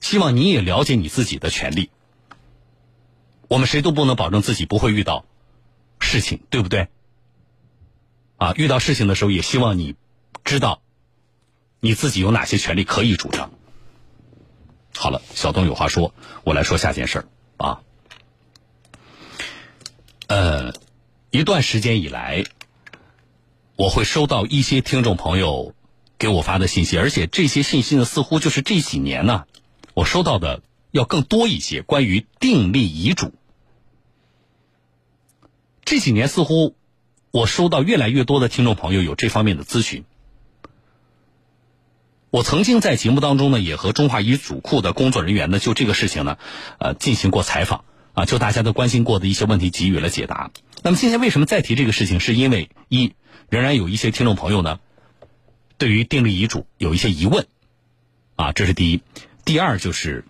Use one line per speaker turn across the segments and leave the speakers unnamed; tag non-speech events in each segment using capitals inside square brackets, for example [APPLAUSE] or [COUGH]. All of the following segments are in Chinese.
希望你也了解你自己的权利。我们谁都不能保证自己不会遇到事情，对不对？啊，遇到事情的时候，也希望你知道你自己有哪些权利可以主张。好了，小东有话说，我来说下件事儿啊。呃，一段时间以来，我会收到一些听众朋友给我发的信息，而且这些信息呢，似乎就是这几年呢、我收到的要更多一些，关于订立遗嘱。这几年似乎我收到越来越多的听众朋友有这方面的咨询。我曾经在节目当中呢，也和中华遗嘱库的工作人员呢，就这个事情呢，呃，进行过采访啊，就大家都关心过的一些问题给予了解答。那么今天为什么再提这个事情，是因为一仍然有一些听众朋友呢，对于订立遗嘱有一些疑问，啊，这是第一。第二就是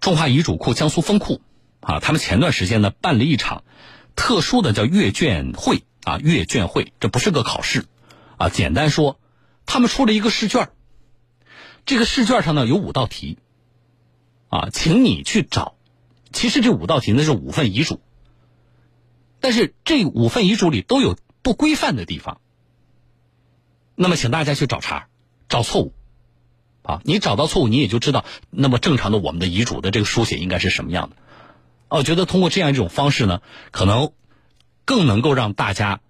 中华遗嘱库江苏分库啊，他们前段时间呢办了一场特殊的叫阅卷会啊，阅卷会，这不是个考试啊，简单说，他们出了一个试卷儿，这个试卷上呢有五道题啊，请你去找。其实这五道题呢是五份遗嘱，但是这五份遗嘱里都有不规范的地方，那么请大家去找茬儿，找错误。啊，你找到错误，你也就知道，那么正常的我们的遗嘱的这个书写应该是什么样的。啊我觉得通过这样一种方式呢，可能更能够让大家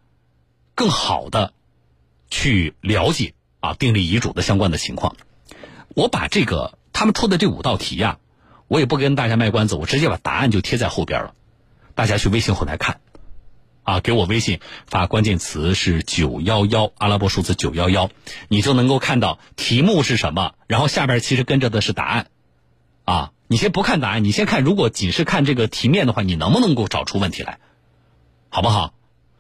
更好的去了解啊订立遗嘱的相关的情况。我把这个他们出的这五道题呀、我也不跟大家卖关子，我直接把答案就贴在后边了，大家去微信后台看。啊，给我微信发关键词是九幺幺，阿拉伯数字九幺幺，你就能够看到题目是什么，然后下边其实跟着的是答案。啊，你先不看答案，你先看，如果仅是看这个题面的话，你能不能够找出问题来，好不好？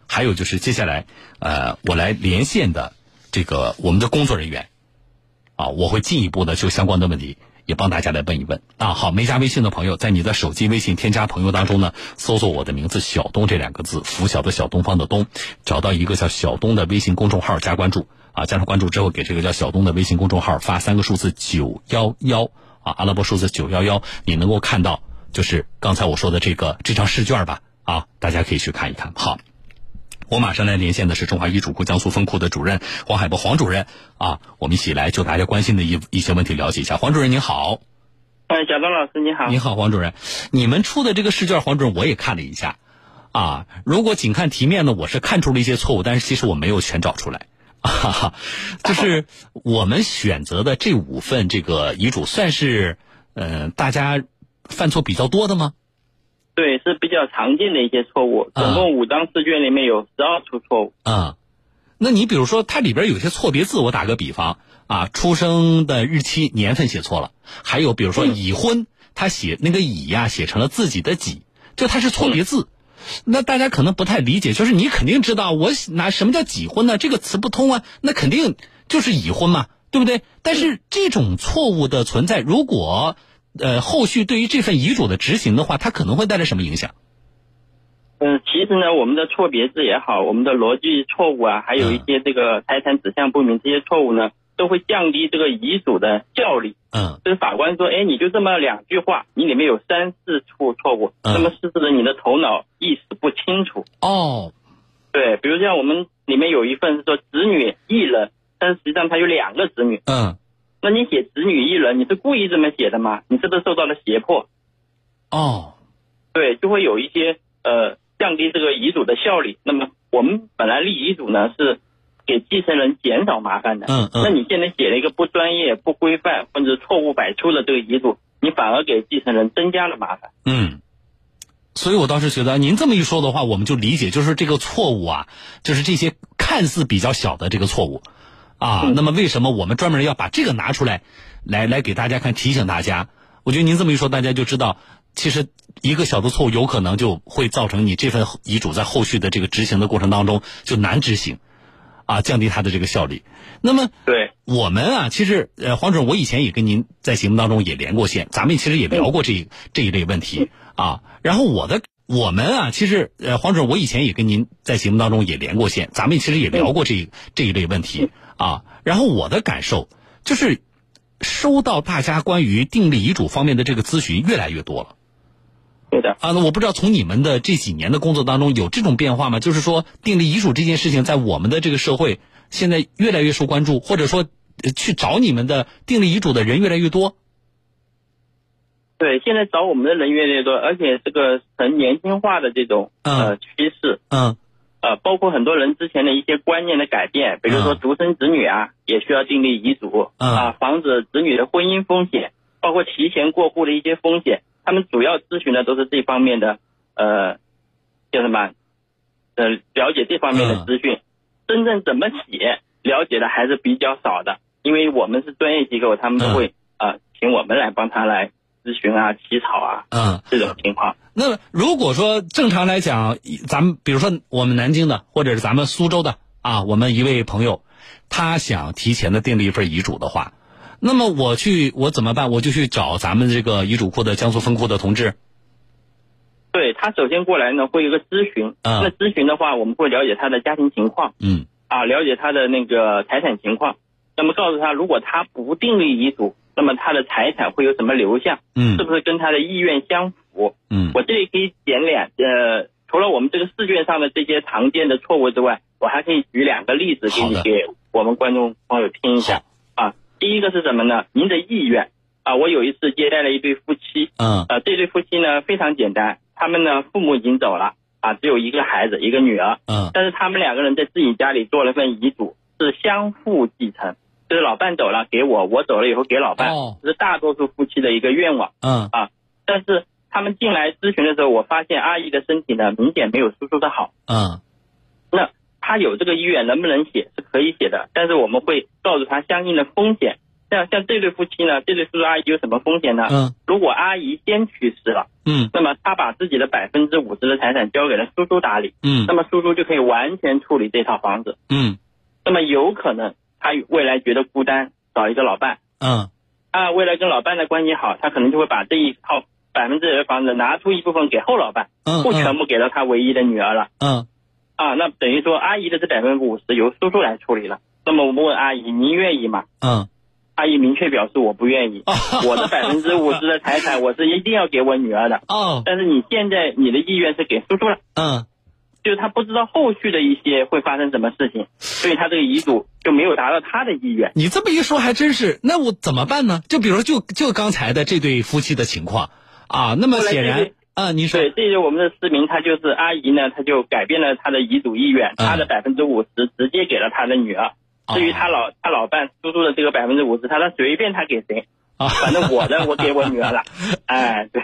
还有就是接下来，呃，我来连线的这个我们的工作人员，啊，我会进一步的就相关的问题也帮大家来问一问啊。好，没加微信的朋友，在你的手机微信添加朋友当中呢，搜索我的名字“小东”这两个字，拂晓的小东方的东，找到一个叫小东的微信公众号加关注啊，加上关注之后，给这个叫小东的微信公众号发三个数字九幺幺啊，阿拉伯数字九幺幺，你能够看到就是刚才我说的这个这张试卷吧啊，大家可以去看一看。好。我马上来连线的是中华医嘱库江苏分库的主任黄海波黄主任啊，我们一起来就大家关心的一一些问题了解一下。黄主任您好，
哎，贾东老师你好。
您好黄主任，你们出的这个试卷，黄主任我也看了一下啊。如果仅看题面呢，我是看出了一些错误，但是其实我没有全找出来。啊哈、哈，就是我们选择的这五份这个遗嘱，算是呃大家犯错比较多的吗？
对，是比较常见的一些错误。
啊
总共五张试卷里面有十二处错误。
啊，那你比如说，它里边有些错别字，我打个比方啊，出生的日期、年份写错了，还有比如说
嗯
已婚，他写那个乙呀、写成了自己的己，就它是错别字。那大家可能不太理解，就是你肯定知道我拿什么叫己婚呢？这个词不通啊，那肯定就是已婚嘛，对不对？但是这种错误的存在，如果呃后续对于这份遗嘱的执行的话，它可能会带来什么影响？
嗯，其实呢，我们的错别字也好，我们的逻辑错误啊，还有一些这个财产指向不明这些错误呢，都会降低这个遗嘱的效力。
嗯
就是法官说，哎，你就这么两句话，你里面有三四处错误，
嗯
那么使得你的头脑意识不清楚。
哦
对，比如像我们里面有一份是说子女一人，但是实际上他有两个子女。
嗯
那你写子女一人，你是故意这么写的吗？你是不是受到了胁迫？
哦
对，就会有一些呃降低这个遗嘱的效力。那么我们本来立遗嘱呢是给继承人减少麻烦的，
嗯嗯
那你现在写了一个不专业、不规范或者是错误百出的这个遗嘱，你反而给继承人增加了麻烦。
嗯，所以我倒是觉得您这么一说的话，我们就理解，就是这个错误啊，就是这些看似比较小的这个错误啊。
嗯
那么为什么我们专门要把这个拿出来，来来给大家看，提醒大家？我觉得您这么一说，大家就知道，其实一个小的错误有可能就会造成你这份遗嘱在后续的这个执行的过程当中就难执行，啊，降低它的这个效率。那么，
对，
我们啊，其实呃，黄总，我以前也跟您在节目当中也连过线，咱们其实也聊过这、这一类问题啊。然后我的我们啊，其实呃，黄总，我以前也跟您在节目当中也连过线，咱们其实也聊过这、这一类问题啊。然后我的感受就是，收到大家关于订立遗嘱方面的这个咨询越来越多了。
对的，
啊，那我不知道从你们的这几年的工作当中有这种变化吗？就是说，订立遗嘱这件事情在我们的这个社会现在越来越受关注，或者说呃去找你们的订立遗嘱的人越来越多。
对，现在找我们的人越来越多，而且这个呈年轻化的这种呃趋势，
嗯
呃，包括很多人之前的一些观念的改变，比如说
嗯
独生子女啊，也需要订立遗嘱
嗯
啊，防止子女的婚姻风险，包括提前过户的一些风险，他们主要咨询的都是这方面的，呃，叫什么？呃，了解这方面的资讯，真正怎么写，了解的还是比较少的，因为我们是专业机构，他们都会呃请我们来帮他来咨询啊、起草啊
嗯。
这种情况。
那么如果说正常来讲，一咱们比如说我们南京的，或者是咱们苏州的啊，我们一位朋友，他想提前的订立一份遗嘱的话，那么我去我怎么办？我就去找咱们这个遗嘱库的江苏分库的同志。
对他首先过来呢，会有一个咨询。
嗯
那咨询的话，我们会了解他的家庭情况
嗯
啊，了解他的那个财产情况。那么告诉他，如果他不订立遗嘱，那么他的财产会有什么流向？
嗯
是不是跟他的意愿相符？
嗯
我这里可以点两呃，除了我们这个试卷上的这些常见的错误之外，我还可以举两个例子给
好
你
的
给我们观众朋友听一下啊。第一个是什么呢？您的意愿啊。我有一次接待了一对夫妻，
嗯
呃，这对夫妻呢非常简单，他们呢父母已经走了啊，只有一个孩子，一个女儿，
嗯
但是他们两个人在自己家里做了份遗嘱，是相互继承，就是老伴走了给我，我走了以后给老伴，
哦
这是大多数夫妻的一个愿望。
嗯
但是他们进来咨询的时候，我发现阿姨的身体呢明显没有叔叔的好。
嗯
那她有这个意愿，能不能写是可以写的，但是我们会告诉她相应的风险。像像这对夫妻呢，这对叔叔阿姨有什么风险呢？
嗯
如果阿姨先去世了，
嗯
那么她把自己的百分之五十的财产交给了叔叔打理，
嗯
那么叔叔就可以完全处理这套房子。
嗯
那么有可能她未来觉得孤单，找一个老伴，
嗯
啊，未来跟老伴的关系好，她可能就会把这一套百分之的房子拿出一部分给后老伴。
嗯，
不全部给到他唯一的女儿了
嗯
啊，那等于说阿姨的这百分之五十由叔叔来处理了。那么我们问阿姨，您愿意吗？
嗯
阿姨明确表示我不
[LAUGHS]
愿意，我的百分之五十的财产我是一定要给我女儿的。
哦
但是你现在你的意愿是给叔叔了，
嗯
就是他不知道后续的一些会发生什么事情，所以他这个遗嘱就没有达到他的意愿。
你这么一说还真是，那我怎么办呢？就比如就就刚才的这对夫妻的情况啊，那么显然啊，您说
对，这就是我们的市民，他就是阿姨呢，她就改变了她的遗嘱意愿，
嗯哦
她的百分之五十直接给了她的女儿。至于他老他老伴叔叔的这个百分之五十，他他随便他给谁，
啊
[LAUGHS] 反正我的我给我女
[LAUGHS]
儿了，哎，对，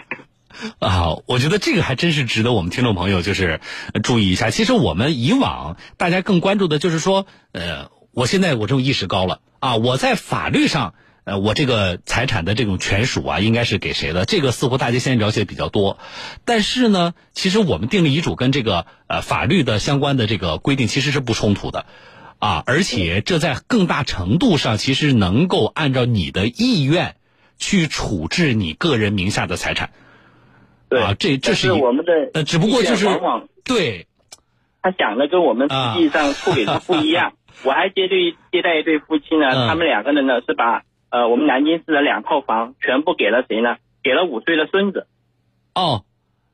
啊，我觉得这个还真是值得我们听众朋友就是呃注意一下。其实我们以往大家更关注的就是说，呃，我现在我这种意识高了啊，我在法律上，呃，我这个财产的这种权属啊，应该是给谁的？这个似乎大家现在了解比较多。但是呢，其实我们订立遗嘱跟这个呃法律的相关的这个规定其实是不冲突的。啊，而且这在更大程度上其实能够按照你的意愿去处置你个人名下的财产。
对，
啊这这
但
是
是
一
我们的，
呃只不过就是啊
往往
对，
他想的跟我们实际上处理的不一
[LAUGHS]
样。我还接对接待一对夫妻呢，
嗯
他们两个人呢是把呃我们南京市的两套房全部给了谁呢？给了五岁的孙子
哦，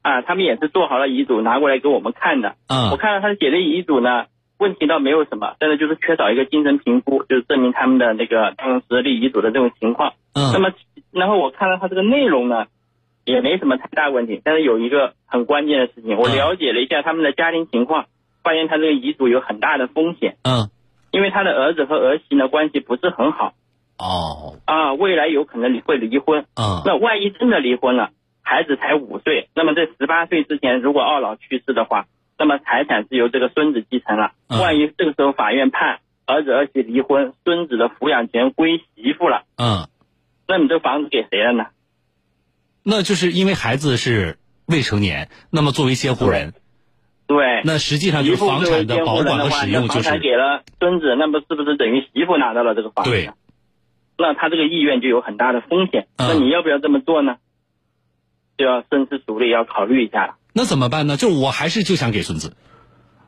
啊，他们也是做好了遗嘱拿过来给我们看的。我
嗯
看了他写的遗嘱呢，问题倒没有什么，但是就是缺少一个精神评估，就是证明他们的那个当时立遗嘱的这种情况。那
嗯
么，然后我看了他这个内容呢，也没什么太大问题，但是有一个很关键的事情，我
嗯
了解了一下他们的家庭情况，发现他这个遗嘱有很大的风险，
嗯，
因为他的儿子和儿媳呢关系不是很好
哦，
啊，未来有可能会离婚。
嗯
那万一真的离婚了，孩子才五岁，那么在十八岁之前，如果二老去世的话，那么财产是由这个孙子继承了。
嗯
万一这个时候法院判儿子儿媳离婚，孙子的抚养权归媳妇了，
嗯，
那你这房子给谁了呢？
那就是因为孩子是未成年，那么作为监护人，
对，
那实际上就
媳
是
妇
房
作为
产的
监护
保
人
管
的
和
话，
使
那
用
房
就
产
是
给了孙子，那么是不是等于媳妇拿到了这个房子？
对。
那他这个意愿就有很大的风险，
嗯
那你要不要这么做呢？就要深思熟虑，要考虑一下了。
那怎么办呢？就是我还是就想给孙子，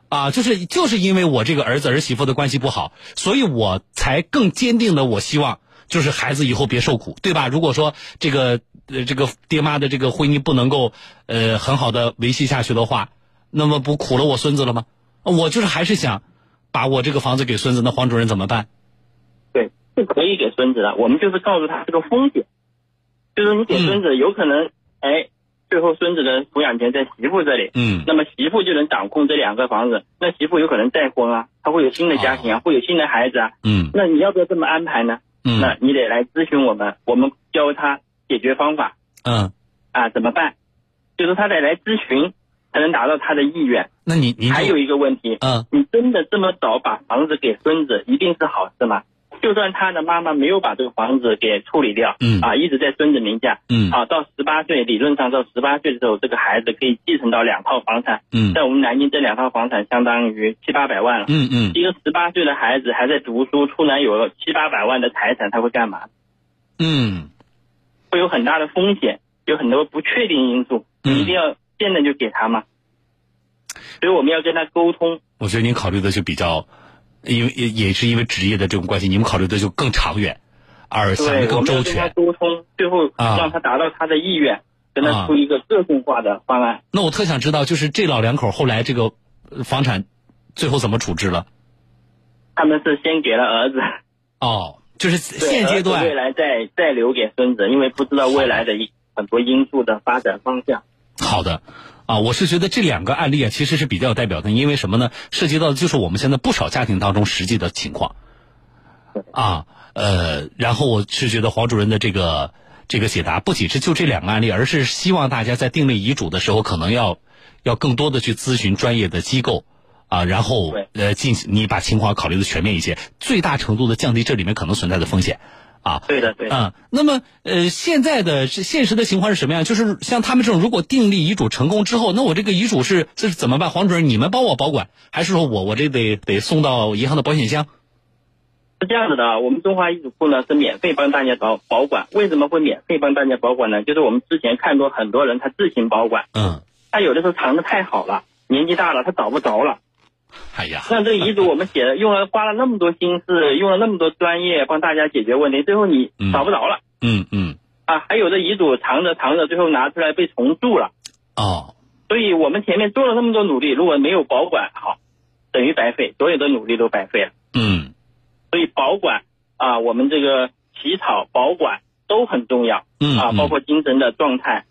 啊，就是就是因为我这个儿子儿媳妇的关系不好，所以我才更坚定的我希望就是孩子以后别受苦，对吧？如果说这个呃这个爹妈的这个婚姻不能够呃很好的维系下去的话，那么不苦了我孙子了吗？我就是还是想把我这个房子给孙子，那黄主任怎么办？
对，是可以给孙子的，我们就是告诉他这个风险，就是你给孙子有可能、哎，最后孙子的抚养权在媳妇这里，
嗯
那么媳妇就能掌控这两个房子，那媳妇有可能再婚啊，她会有新的家庭啊，会有新的孩子啊，
嗯
那你要不要这么安排呢？那
嗯
你得来咨询我们，我们教他解决方法
嗯，
啊，怎么办？就是他得来咨询，才能达到他的意愿。
那你你就
还有一个问题，
嗯
你真的这么早把房子给孙子，一定是好事吗？就算他的妈妈没有把这个房子给处理掉，
嗯
啊，一直在孙子名下，
嗯
啊，到十八岁，理论上到十八岁的时候，这个孩子可以继承到两套房产，
嗯
在我们南京这两套房产相当于七八百万了。
嗯嗯
一个十八岁的孩子还在读书，突然有了七八百万的财产，他会干嘛？
嗯
会有很大的风险，有很多不确定因素，
嗯
你一定要现在就给他吗？所以我们要跟他沟通，
我觉得您考虑的就比较，因为也也是因为职业的这种关系，你们考虑的就更长远，而想
对
的，更
我们
周
要跟他
全。
沟通，最后
啊
让他达到他的意愿，跟
啊
他出一个个性化的方案。
那我特想知道，就是这老两口后来这个呃房产最后怎么处置了？
他们是先给了
[LAUGHS]
儿子，
哦，就是
对
现阶
儿子
段
未来再再留给孙子，因为不知道未来的一很多因素的发展方向。
好的，啊，我是觉得这两个案例啊，其实是比较有代表的，因为什么呢？涉及到的就是我们现在不少家庭当中实际的情况，啊，呃，然后我是觉得黄主任的这个这个解答，不仅是就这两个案例，而是希望大家在订立遗嘱的时候，可能要要更多的去咨询专业的机构。啊，然后
对
呃，进行你把情况考虑的全面一些，最大程度的降低这里面可能存在的风险，啊，
对的，对的，
啊，那么呃，现在的是现实的情况是什么样？就是像他们这种，如果订立遗嘱成功之后，那我这个遗嘱是这是怎么办？黄主任，你们帮我保管，还是说我我这得得送到银行的保险箱？
是这样子的啊。我们中华遗嘱库呢是免费帮大家保保管，为什么会免费帮大家保管呢？就是我们之前看过很多人他自行保管，
嗯，
他有的时候藏的太好了，年纪大了他找不着了。
哎呀，
像这个遗嘱我们写的，用了花了那么多心思，用了那么多专业帮大家解决问题，最后你
嗯
找不着了、
嗯嗯，
啊！还有的遗嘱藏着藏着，最后拿出来被重铸了。
哦，
所以我们前面做了那么多努力，如果没有保管好，等于白费，所有的努力都白费了。
嗯
所以保管啊，我们这个起草保管都很重要
嗯
啊，
嗯
包括精神的状态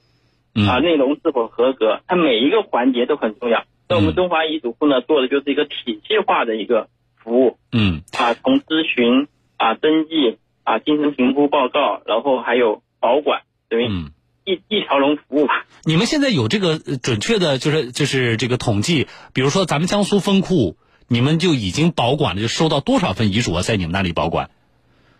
嗯
啊，内容是否合格，它每一个环节都很重要。那我
嗯
们中华遗嘱库呢，做的就是一个体系化的一个服务。
嗯
啊，从咨询啊、登记啊、精神评估报告，然后还有保管，等于
嗯，
一、一条龙服务吧。
你们现在有这个呃准确的，就是就是这个统计，比如说咱们江苏分库，你们就已经保管了，就收到多少份遗嘱啊？在你们那里保管？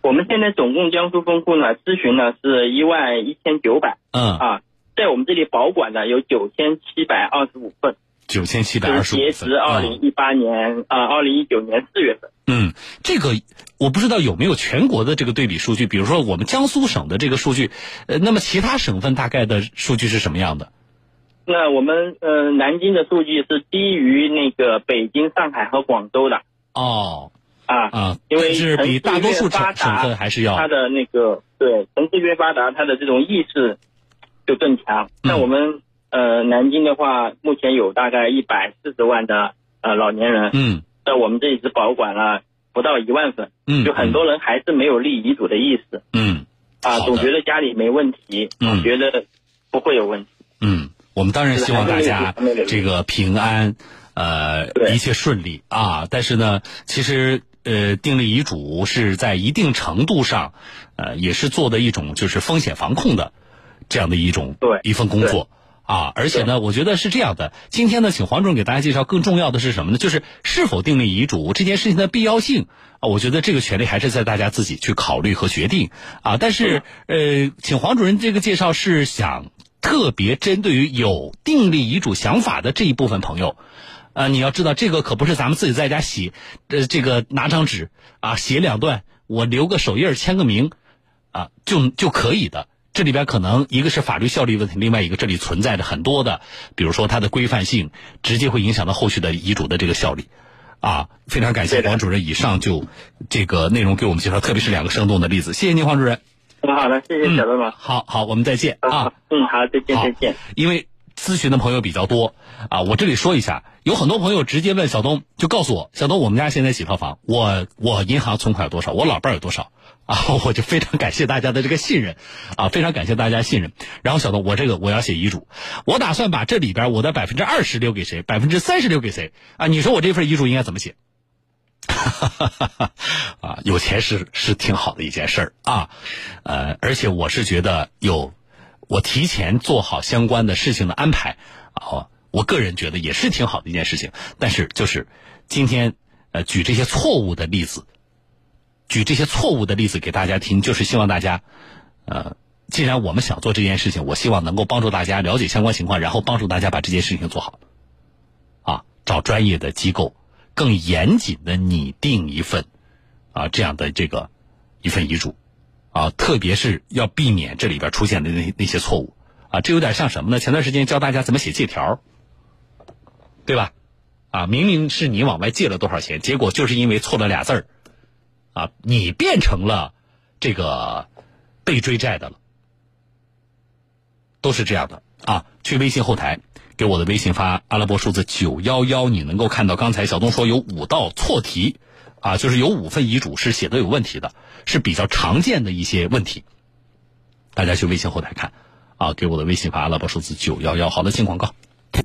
我们现在总共江苏分库呢，咨询呢是一万一千九百
嗯，
啊，在我们这里保管呢有九千七百二十五份，
九千七百
就
二
是
十
截
五份。
止二
嗯
零一八年啊，二零一九年四月份。
嗯，这个我不知道有没有全国的这个对比数据，比如说我们江苏省的这个数据，呃，那么其他省份大概的数据是什么样的？
那我们呃南京的数据是低于那个北京、上海和广州的
哦，
啊，
啊，
因为
但是比大多数
城
省
市越发达
省份还是
它
要，
的那个对城市越发达，它的这种意识就更强。
嗯
那我们呃南京的话，目前有大概一百四十万的呃老年人，
嗯
在我们这里只保管了不到一万份，
嗯，
就很多人还是没有立遗嘱的意识
嗯，
啊，
好的
总觉得家里没问题，
嗯
总觉得不会有问题。
嗯嗯，我们当然希望大家
还是那个
这个平安，呃，
对
一切顺利啊。但是呢，其实。呃，订立遗嘱是在一定程度上，呃，也是做的一种就是风险防控的这样的一种
对
一份工作啊。而且呢，我觉得是这样的。今天呢，请黄主任给大家介绍更重要的是什么呢？就是是否订立遗嘱这件事情的必要性啊。我觉得这个权利还是在大家自己去考虑和决定啊。但是呃，请黄主任这个介绍是想特别针对于有订立遗嘱想法的这一部分朋友。啊，你要知道，这个可不是咱们自己在家写，呃，这个拿张纸啊写两段，我留个手印儿签个名，啊，就就可以的。这里边可能一个是法律效力问题，另外一个这里存在着很多的，比如说它的规范性，直接会影响到后续的遗嘱的这个效力。啊，非常感谢
对的
黄主任以上就这个内容给我们介绍，特别是两个生动的例子，谢谢您，黄主任。
嗯，好的，谢谢小罗总。
好好，我们再见啊。
好，嗯，好，再见，
好
再见。
因为咨询的朋友比较多啊，我这里说一下，有很多朋友直接问小东，就告诉我，小东，我们家现在几套房，我我银行存款有多少，我老伴儿有多少 [LAUGHS] 啊，我就非常感谢大家的这个信任啊，非常感谢大家信任。然后小东，我这个我要写遗嘱，我打算把这里边我的百分之二十留给谁，百分之三十留给谁啊？你说我这份遗嘱应该怎么写？ [LAUGHS] 啊，有钱是是挺好的一件事儿啊，呃，而且我是觉得有我提前做好相关的事情的安排啊，我个人觉得也是挺好的一件事情。但是就是今天呃举这些错误的例子，举这些错误的例子给大家听，就是希望大家呃，既然我们想做这件事情，我希望能够帮助大家了解相关情况，然后帮助大家把这件事情做好。啊，找专业的机构，更严谨的拟定一份啊这样的这个一份遗嘱啊，特别是要避免这里边出现的那那些错误啊，这有点像什么呢？前段时间教大家怎么写借条，对吧？啊，明明是你往外借了多少钱，结果就是因为错了俩字儿，啊，你变成了这个被追债的了。都是这样的啊。去微信后台给我的微信发阿拉伯数字九幺幺，你能够看到刚才小东说有五道错题啊，就是有五份遗嘱是写的有问题的，是比较常见的一些问题。大家去微信后台看啊，给我的微信发阿拉伯数字九幺幺。好了，进广告。